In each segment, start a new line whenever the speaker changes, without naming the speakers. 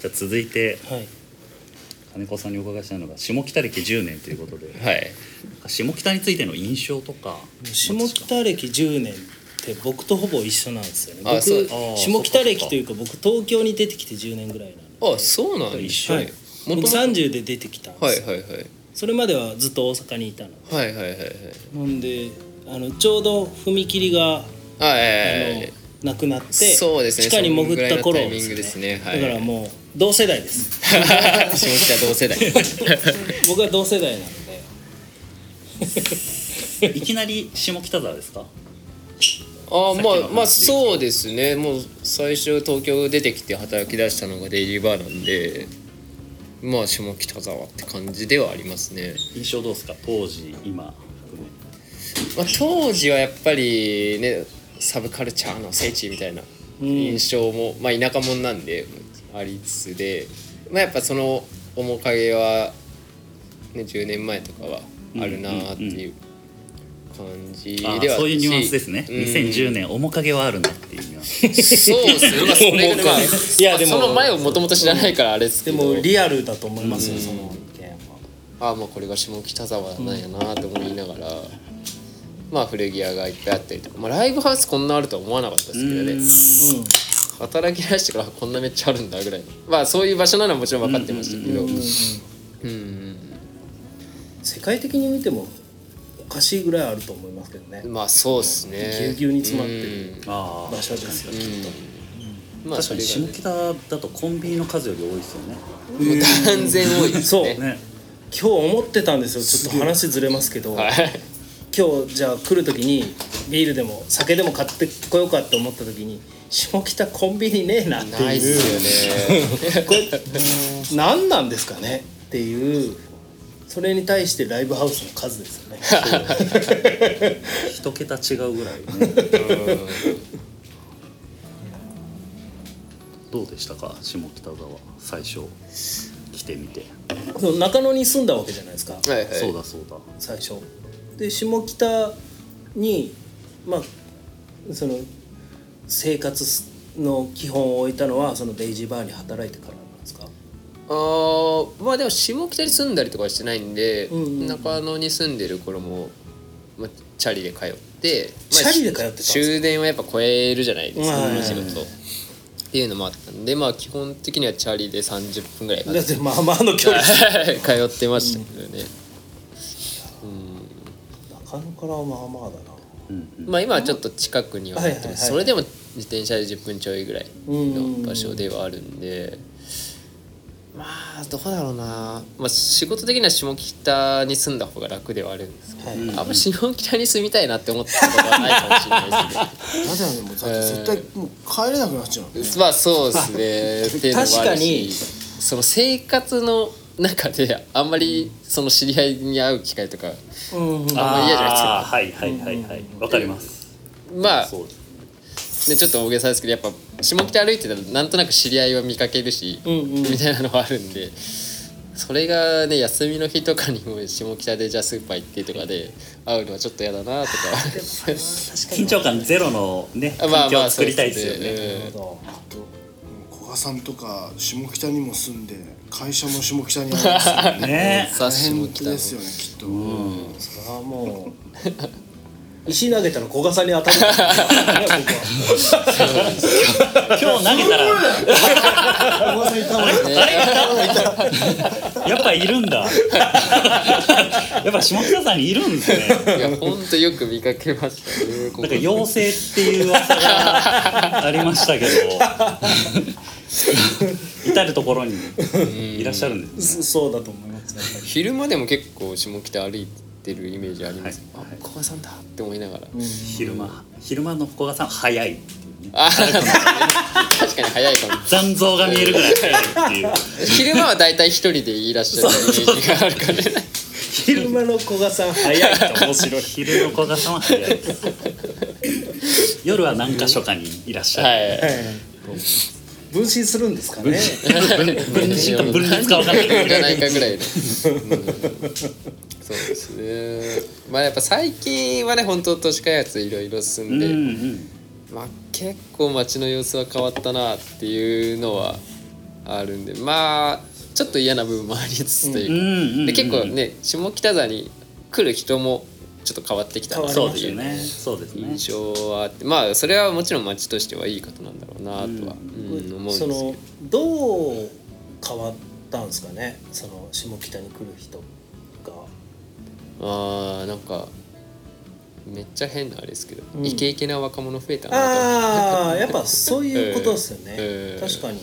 じゃあ続いて
はい
金子さんにお伺いしたいのが下北歴10年ということで
はい
下北についての印象と か
下北歴10年って僕とほぼ一緒なんですよね
あ
僕
そう
あ
下北歴というか僕東京に出てきて10年ぐらいなの
あそうなんです
一緒
は
ね
い
もと
僕
もとはい
30で出てきたんですよ、
はいはい
それまではずっと大阪にいたの
はいはいはいはい
なんであのちょうど踏切が
あ
あの
ええ
なくなって
そうですね
地下に潜った頃
そのぐらいのタイミングですねはい
だからもう同世代です
下北同世 代
僕は同世代なので
いきなり下北沢ですか
あ
さっきの話
ま
で
あまあそうですねもう最初東京出てきて働き出したのがデイリーバーなんでまあ下北沢って感じではありますね、
印象どうですか当時今含め
まあ、当時はやっぱりねサブカルチャーの聖地みたいな印象も、まあ田舎者なんでありつつで、まあ、やっぱその面影は、ね、10年前とかはあるなーっていう感じでは
あ
あ
ー
るし
そういうニュアンスですね、
うん
2010年面影はあるなっていうニュアンス
そうですね。まあそれぐらい。
いや
まあ
でも
その前をもともと知らないからあれですけ
で
ど。
もリアルだと思いますよ、その意見は
ああもうこれが下北沢なんやなと思いながら。まあ古着屋がいっぱいあったりとか、まあ、ライブハウスこんなあるとは思わなかったですけどね
うん
働き出してからこんなめっちゃあるんだぐらいのまあそういう場所なのはもちろん分かってましたけどうん
世界的に見てもおかしいぐらいあると思いますけどね
まあそうっすね
ぎゅうぎゅうに詰まってる
うん
あ
場所ですよきっと
まあ
確
そ
かに
れが
下
ね
北だとコンビニの数より多いですよね
もう断然 多いです
そう
ね
ね
今日思ってたんですよちょっと話ずれますけど
はい
今日じゃあ来る時にビールでも酒でも買ってこようかって思った時に下北コンビニねえなって
ないっ
いう
すよね
こ れ何なんですかねっていうそれに対してライブハウスの数です よね
一桁違うぐらいねどうでしたか下北沢最初来てみて、
その中野に住んだわけじゃないですか
はいはい
そうだそうだ
最初で下北にまあその生活の基本を置いたのはそのデイジーバーに働いてからなんですか
あーまあでも下北に住んだりとかはしてないんで、
うんうんうん
中野に住んでる頃も、まあ、チャリで通って、まあ
チャリで通ってたんですか
終電はやっぱ超えるじゃないですか、
はいはいはい
この仕事っていうのもあったんでまあ基本的にはチャリで30分ぐらいか
だ
な
ってまあまあの距離
通ってましたけどね、
中野からはまあまあだな
まあ今はちょっと近くにはなってます、
はいはいはい
それでも自転車で10分ちょいぐらいの場所ではあるんで、まあどうだろうな、まあ、仕事的には下北に住んだ方が楽ではあるんですけど、
はい
あんま下北に住みたいなって思ったことはないかもしれないです
なぜならもうだって絶対もう帰れなくなっちゃうの
けど まあそうですねっていうのもあ
確か
る
に
しその生活の中であんまりその知り合いに会う機会とか
うん
あんまり嫌じゃないですか
あーはいはいはいはいわかります
まあ
そうです
でちょっと大げさですけどやっぱ下北歩いてたらなんとなく知り合いは見かけるし、
んうん
みたいなのはあるんでそれがね休みの日とかにも下北でじゃあスーパー行ってとかで会うのはちょっと嫌だな とか
緊張感ゼロのね
あま
環
あ
境
ま
を
あ
作りたいですよ
そう
ね
ね
ともう古賀さんとか下北にも住んで会社も下北にありま すよね
ね
さ
大
あ下
変
北の
ですよねきっ
そ
と、
れはもう石投げたら古賀さんに当たるからね僕は
今日投げたら
古賀さんいたもんね
やっぱいるんだやっぱ下北沢にいるんですね
いやほんとよく見かけましたね こ
な
こ
んか妖精っていう噂がありましたけど至る所にいらっしゃるんですね
そそうだと思いますやっぱり
昼間でも結構下北歩いてるイメージあります、
はいはい
あ小川さんだって思いながら、
昼間昼間の古賀さんは早いっていうね
あ確かに早いかも
残像が見えるぐらい早いっていう
昼間は大体一人でいらっしゃるイメージがあるからね
昼間の古賀さん早いって面白い
昼の古賀さんは早いです夜は何か所かにいらっしゃる、
はい
分身するんですかね
分身か分裂か分かんないけど
ないか ぐらいで、そうですねまあやっぱ最近はね本当都市開発いろいろ進
うんんう
で、
ん
まあ、結構街の様子は変わったなっていうのはああるんでまあちょっと嫌な部分もありつつという
う
か、
んうん
で結構ね下北沢に来る人もちょっと変わってきたなって
そうです
いう
ねそうですね
印象はあってまあそれはもちろん街としてはいいことなんだろうなとは、うん思うんです
そ
けど
のどう変わったんですかねその下北に来る人が
あーなんかめっちゃ変なあれですけど、
うん
イケイケな若者増えたなと
ああやっぱそういうことですよね、
えー
確かに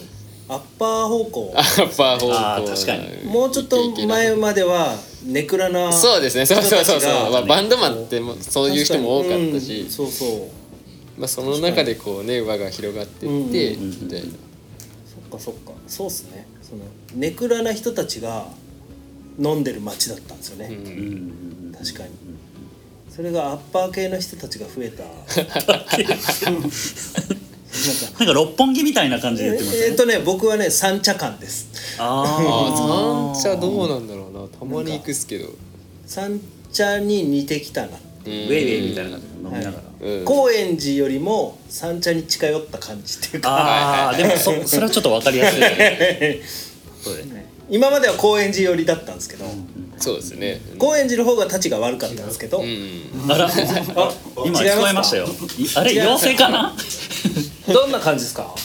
アッパー方向
アッパー方向
あー確かに
もうちょっと前まではネクラな
そうですねそうそうそうそう、まあ、バンドマンってもそういう人も多かった
確に
し、
うんそうそう
まあ、その中でこうね輪が広がってって、
う
みた
そっ
いな
かそっかそうっすねそのネクラな人たちが飲んでる街だったんですよね、
うんうん
確かにそれがアッパー系の人たちが増 えたなんか
なんか六本木みたいな感じで
え
言ってます
ーっ
ね
とね僕はね三茶館です
ああ三茶ど
う
うなんだろうなたまに行くっすけど
三茶に似てきたな、
ウ
ウェイウェイみたいな感じで飲みながら
うん
高円寺よりも三茶に近寄った感じっていうか
ああでもそそれはちょっとわかりや すいねそうですね
今までは高円寺寄りだったんですけど、
そうですね
高円寺の方がたちが悪かったんですけど、
うん
あら
あ
今
違い
聞こえま
か
したよいあれ
違いま
妖精
すか
かな
どんな感じですか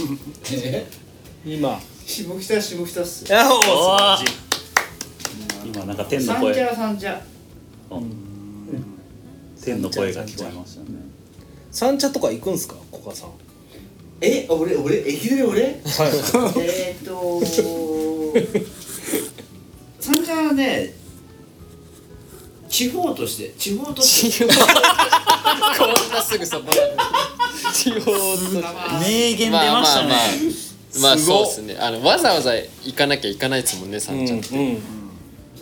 今
下北下北っす
ヤホ
お
ー
ー
素晴らしい
今なんか天の
三
声
茶三茶
天の声が聞こえましたね
三茶とか行くんですか古賀さん
え俺俺えいきなり俺えーっと三茶はね地方として地方として
地方こんなすぐそこなのに 地方と
名言出ました
まあ
ね
まあ
すご
そう
っ
ですねあのわざわざ行かなきゃ行かないですもんね三茶って、
うんうん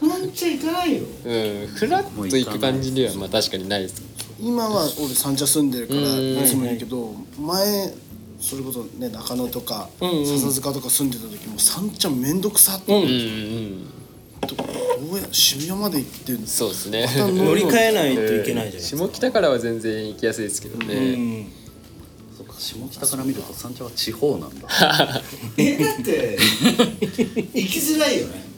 三茶行かないよ
うん、フラッと行く感じにはまあ確かにないです
今は俺三茶住んでるから
うん
いつも言うけど前それこそね中野とか
うんうん
笹塚とか住んでた時も三茶めんどくさって
うん
うんうん
どうや渋谷まで行ってん
そうですね
また
乗り換えないといけないじゃないですか、
下北からは全然行きやすいですけどね、
うん
そっか下北から見ると三茶は地方なんだ
えだって行きづらいよね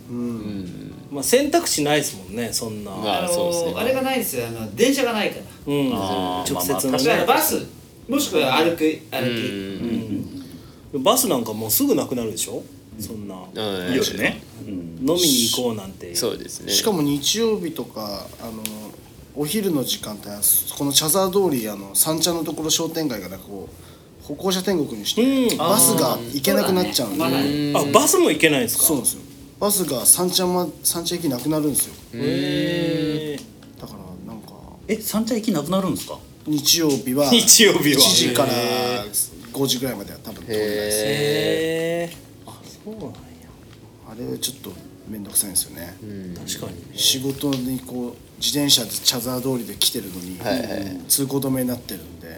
まあ選択肢ないですもんねそんな、
まあ
の
そうですね
あれがないんですよあの電車がないから
うん
あ
直
ー
接の
まあまあ
だから
ね、
バスもしくは歩く歩
う
うんんバスなんかもうすぐなくなるでしょそんな、
うん
夜ね
飲みに行こうなんて
そうですね
しかも日曜日とかあのお昼の時間帯はこの茶沢通りあの三茶のところ商店街からこう歩行者天国にして、
うん
バスが行けなくなっちゃうんで、
あーそうだね
あバスも行けないんですか
そうなんですよバスが三茶,、ま、三茶駅なくなるんですよ
へー
だからなんか
え三茶行きなくなるんですか
日曜日は
日曜日は
1時から5時ぐらいまでは多分通れないですね
へ
へえあそうなんや
あれはちょっと面倒くさいんですよね、
確かに
仕事にこう自転車で茶沢通りで来てるのに、通行止めになってるんで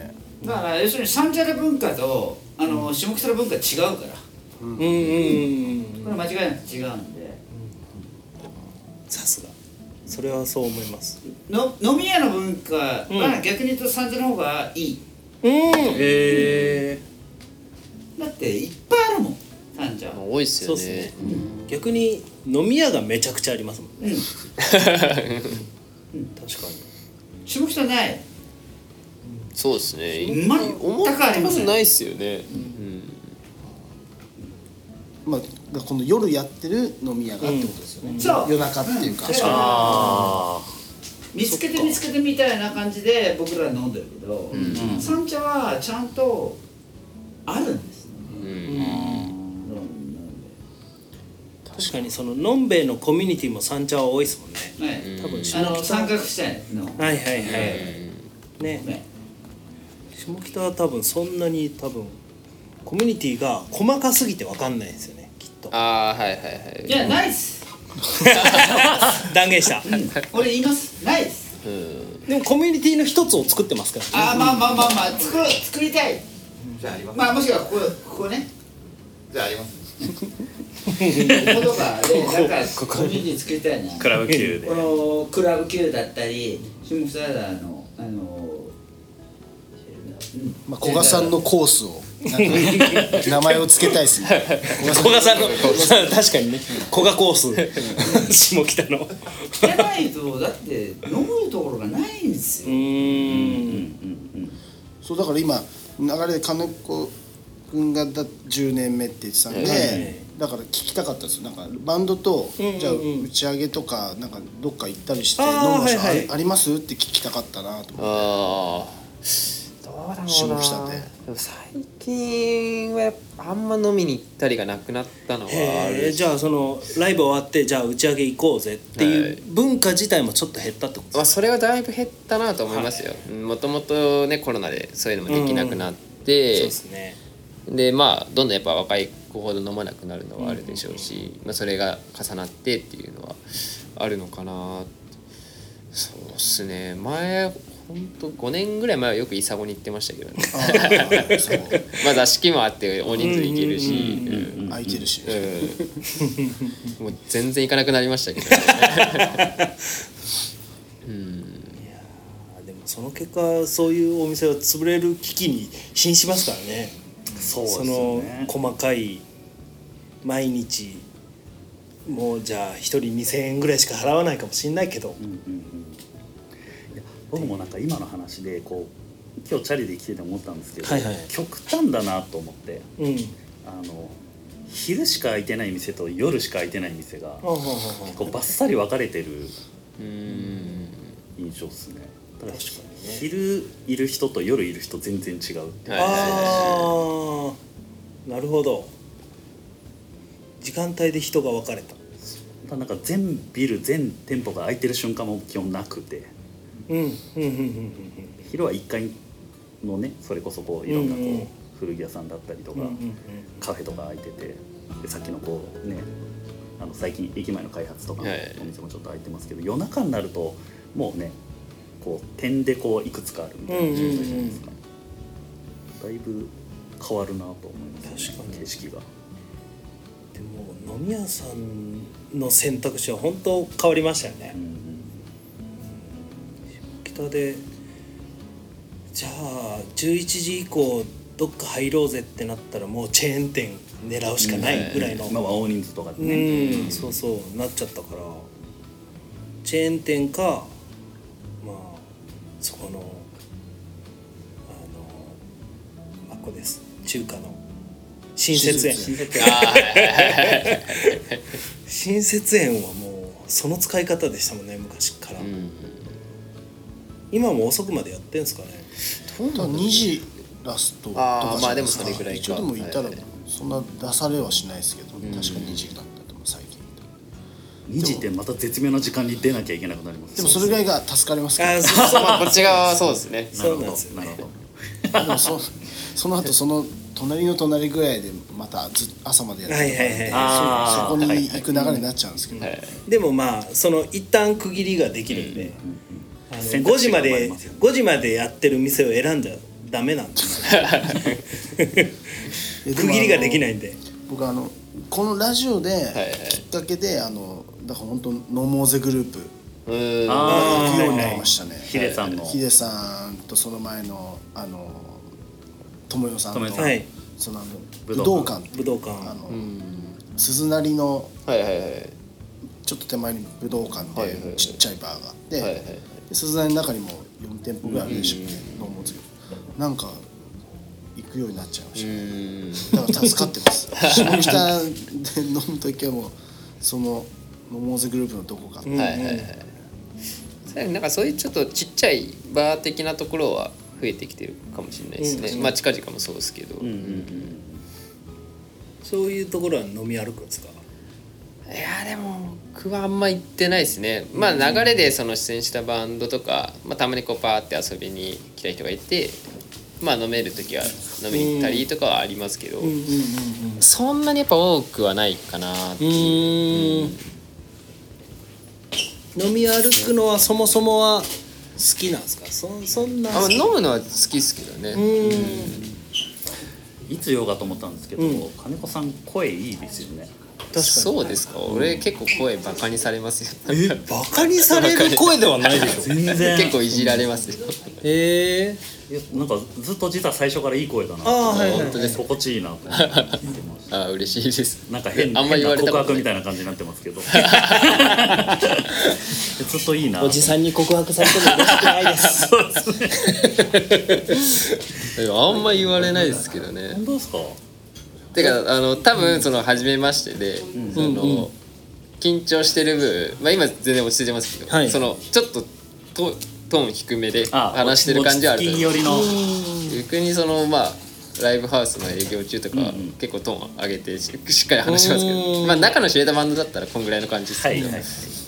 きだから要するに三茶の文化とあの下北の文化は違うから
うんうんうん
これ間違いなく違うんで
さすがそれはそう思います
の飲み屋の文化
う
は逆に言うと三茶の方がいい
うんへえ
だっていっぱいあるもん三茶
まあ
は
多いっす
そ
よ
うです
ね
ね逆に飲み屋がめちゃくちゃありますもんね
うん
確かに
下北ない
そうですね
うまい
思ったことないっすよね、
まあ、だからこの夜やってる飲み屋がってことですよね、
そう
夜中っていうか、
ん
そう
あ
見つけて見つけてみたいな感じで僕ら飲んでるけど、三茶はちゃんとあるんですね、うん
確かにそののんべえのコミュニティも三茶は多いですもんね
はい
多分下
あの三
北
角地帯の
はいはいはいね
ね
下北は多分そんなに多分コミュニティが細かすぎてわかんないですよねきっと
ああはいはいはい
いやないっす
断言した
俺言いますないっす
でもコミュニティの一つを作ってますから
あーまあまあまあまあ作る作りたい
じゃああります。
まあもしくはここここね
じゃああります。
こことかでなんかコミュニティ作りたいな
あクラブ級で
このクラブ級だったり下北沢のあの
まあ、古賀さんのコースを名前を付けたいですね
古賀さんの確かにね古賀コース下北の
じゃないとだって飲むところがないんです
うー
よ、
ん
そうだから今流れで金子君がだ10年目って言ってたんで、だから聞きたかったですよなんかバンドと、
うんうん
じゃあ打ち上げとかなんかどっか行ったりして
あ
飲
ー
む場所あ,、
はいはい
ありますって聞きたかったなと思っ
ああどうだろうな
下北で
でも最近はやっぱあんま飲みに行ったりがなくなったのはあ
へえ
る
じゃあそのライブ終わってじゃあ打ち上げ行こうぜって
はいいう
文化自体もちょっと減ったってこと
まあ、それはだいぶ減ったなと思いますよもともとねコロナでそういうのもできなくなって、
そうですね
でまあどんどんやっぱ若い子ほど飲まなくなるのはあるでしょうし、まあ、それが重なってっていうのはあるのかなってそうっすね前ほんと5年ぐらい前はよくイサゴに行ってましたけどね
てそう
まあ座敷もあって大人数行けるしうん
空いてるし、
うんもう全然行かなくなりましたけどねうん
あでもその結果そういうお店は潰れる危機に瀕しますからね
そ
その細かい毎日もうじゃあ1人2,000円ぐらいしか払わないかもしんないけど、
うんうんいや僕もなんか今の話でこう今日チャリで来てて思ったんですけど、
はいはい
極端だなと思って
うん
あの昼しか空いてない店と夜しか空いてない店が
ほうほうほうほ
こうバッサリ分かれてる
うん
印象ですねだから
確かにね
昼いる人と夜いる人全然違う
う
はいはい
ああなるほど時間帯で人が分かれた
ただなんか全ビル全店舗が空いてる瞬間も基本なくて
うんうんうんうん
昼は1階のねそれこそこういろんなこ
うんうん
う古着屋さんだったりと
うんう
か
んうん
カフェとか空いててでさっきのこうねあの最近駅前の開発とかの
はい
お店もちょっと空いてますけど夜中になるともうねこう点でこういくつかあるみたいな状態じゃないですかだいぶ変わるなと思いますね
確かに
景色が。
でも飲み屋さんの選択肢は本当変わりましたよね、北でじゃあ11時以降どっか入ろうぜってなったらもうチェーン店狙うしかないぐらいの、
まあ大人数とかで
うん、
ね、
そうそうなっちゃったからチェーン店かまあそこのあのあっこです中華の新設園
新
新設園はもうその使い方でしたもんね昔から、
うん
今も遅くまでやってんすかね
ただ2時ラストと
あ
か
ー
じ
ま
ゃ
あ
な
で
い
も
です
それぐらいか
一応でもいた
は
ら
い
そんな出されはしないですけど、確か2時だったと思う最近
2時ってまた絶妙な時間に出なきゃいけなくなります
でもそれぐらいが助かりますけど
あ そうそう
まあこっち側はそうですね
そうなんですよね
なるほど
でもそその後その隣の隣ぐらいでまたず朝までやってる
はいはいはい
からそ
あー
そこに行く流れになっちゃうんですけど、
はい
でもまあその一旦区切りができるんで、あの
選択
5時
肢
ま
が生ま
で
れますよね
5時までやってる店を選んじゃダメなんですよ
いやで
区
も
切りが できないんで
あの僕あのこのラジオで
はい
きっかけで、あのだから本当ノモーゼグループ
うん
あ
行
ー
くようになりましたね、
ヒデさんの
ヒデさんとその前のあの友よさんと
友よさん
はい
そのあの
武
武
道
道館って
武
いう
道館
あの、鈴なりの
はいはいはい
ちょっと手前に武道館
はいはいは
で
い
ちっちゃいバーがあって、
はいはいはい
で鈴なりの中にも4店舗ぐらいあるでしょうね、と思うんですけどなんか行くようになっちゃいま
う
し
ん
た、だから助かってます下北で飲む時はもうそのノモーズグループのどこか、
うん
はいはいはいそれなんかそういうちょっとちっちゃいバー的なところは増えてきてるかもしれないですね、
うん
まあ近々もそうですけど、
うんうん
そういうところは飲み歩くんですか
いやでも僕はあんま行ってないですねまあ流れでその出演したバンドとか、まあ、たまにこうパーって遊びに来た人がいてまあ飲める時は飲みに行ったりとかはありますけど、
うんうん
そんなにやっぱ多くはないかなっていう
飲み歩くのはそもそもは好きなんですかそそんな
あ飲むのは好きですけどね、
うん
いつ言おうかと思ったんですけど、
うん
金子さん声いいですよね
に
そうですか俺結構声バカにされますよ
えバカにされる声ではないでしょ
全 然
結構いじられますよ
ええ
いやなんかずっと実は最初からいい声だな
ああはいはい
本当ですか
心地いいなと思って聞いてまし
あー嬉しいです
たなんか変
あんま
変
言わ
な
れた
告
こと
白
な
み
い
たいな感じになってますけど ずっといいな
おじさんに告白されても嬉しくないです
そうですね
えあんま言われないですけどね
本当ですか
てかあの多分その初めましてで、その、
うんうん
緊張してる分、まあ、今全然落ち着いてますけど、
はい
そのちょっとトトーン低めで
あ
話してる感じはある
落
と
ち着き
思う
寄りの
逆にそのまあライブハウスの営業中とか、
うんうん
結構トーン上げてししっかり話しますけ
う
ど、
ん
まあ、中の知れたバンドだったらこんぐらいの感じです
は
け
い
ど、
はい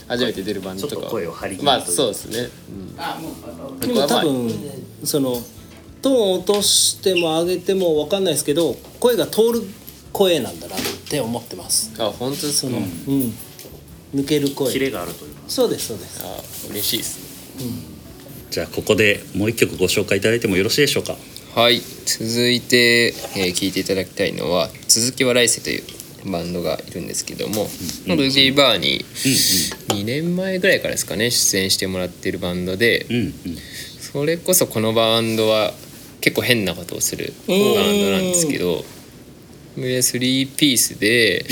初めて出るバンドと
ちょ
か
っと声を張り切る
まあ
という
そうですね、
あもうあの
でも多分そのトーン落としても上げても分かんないですけど声が通る声なんだなって思ってます
あ本当です
そ
か、
の、うん抜ける
キ
声
レがあるというか
そうですそうです
あ嬉しいです
じゃあここでもう一曲ご紹介いただいてもよろしいでしょうか
はい続いて聴、えー聞いていただきたいのは「続きは来世」というバンドがいるんですけども、このルギーバーに2年前ぐらいからですかね出演してもらってるバンドで、
うんうん
それこそこのバンドは結構変なことをするバンドなんですけど、で3ピースで、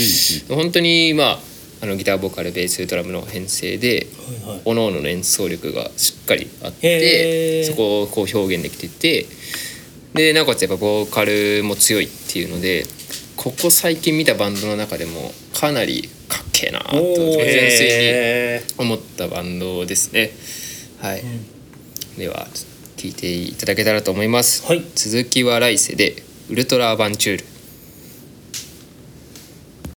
本当にまああのギターボーカルベースドラムの編成で、
はいはい
各々の演奏力がしっかりあっ
へ
て
ー
そこをこう表現できててでなおかつやっぱボーカルも強いっていうのでここ最近見たバンドの中でもかなりかっけえなと
おー
純粋に
え
思ったバンドですねはい、では聴いていただけたらと思います、
はい
続きは来世でウルトラアバンチュール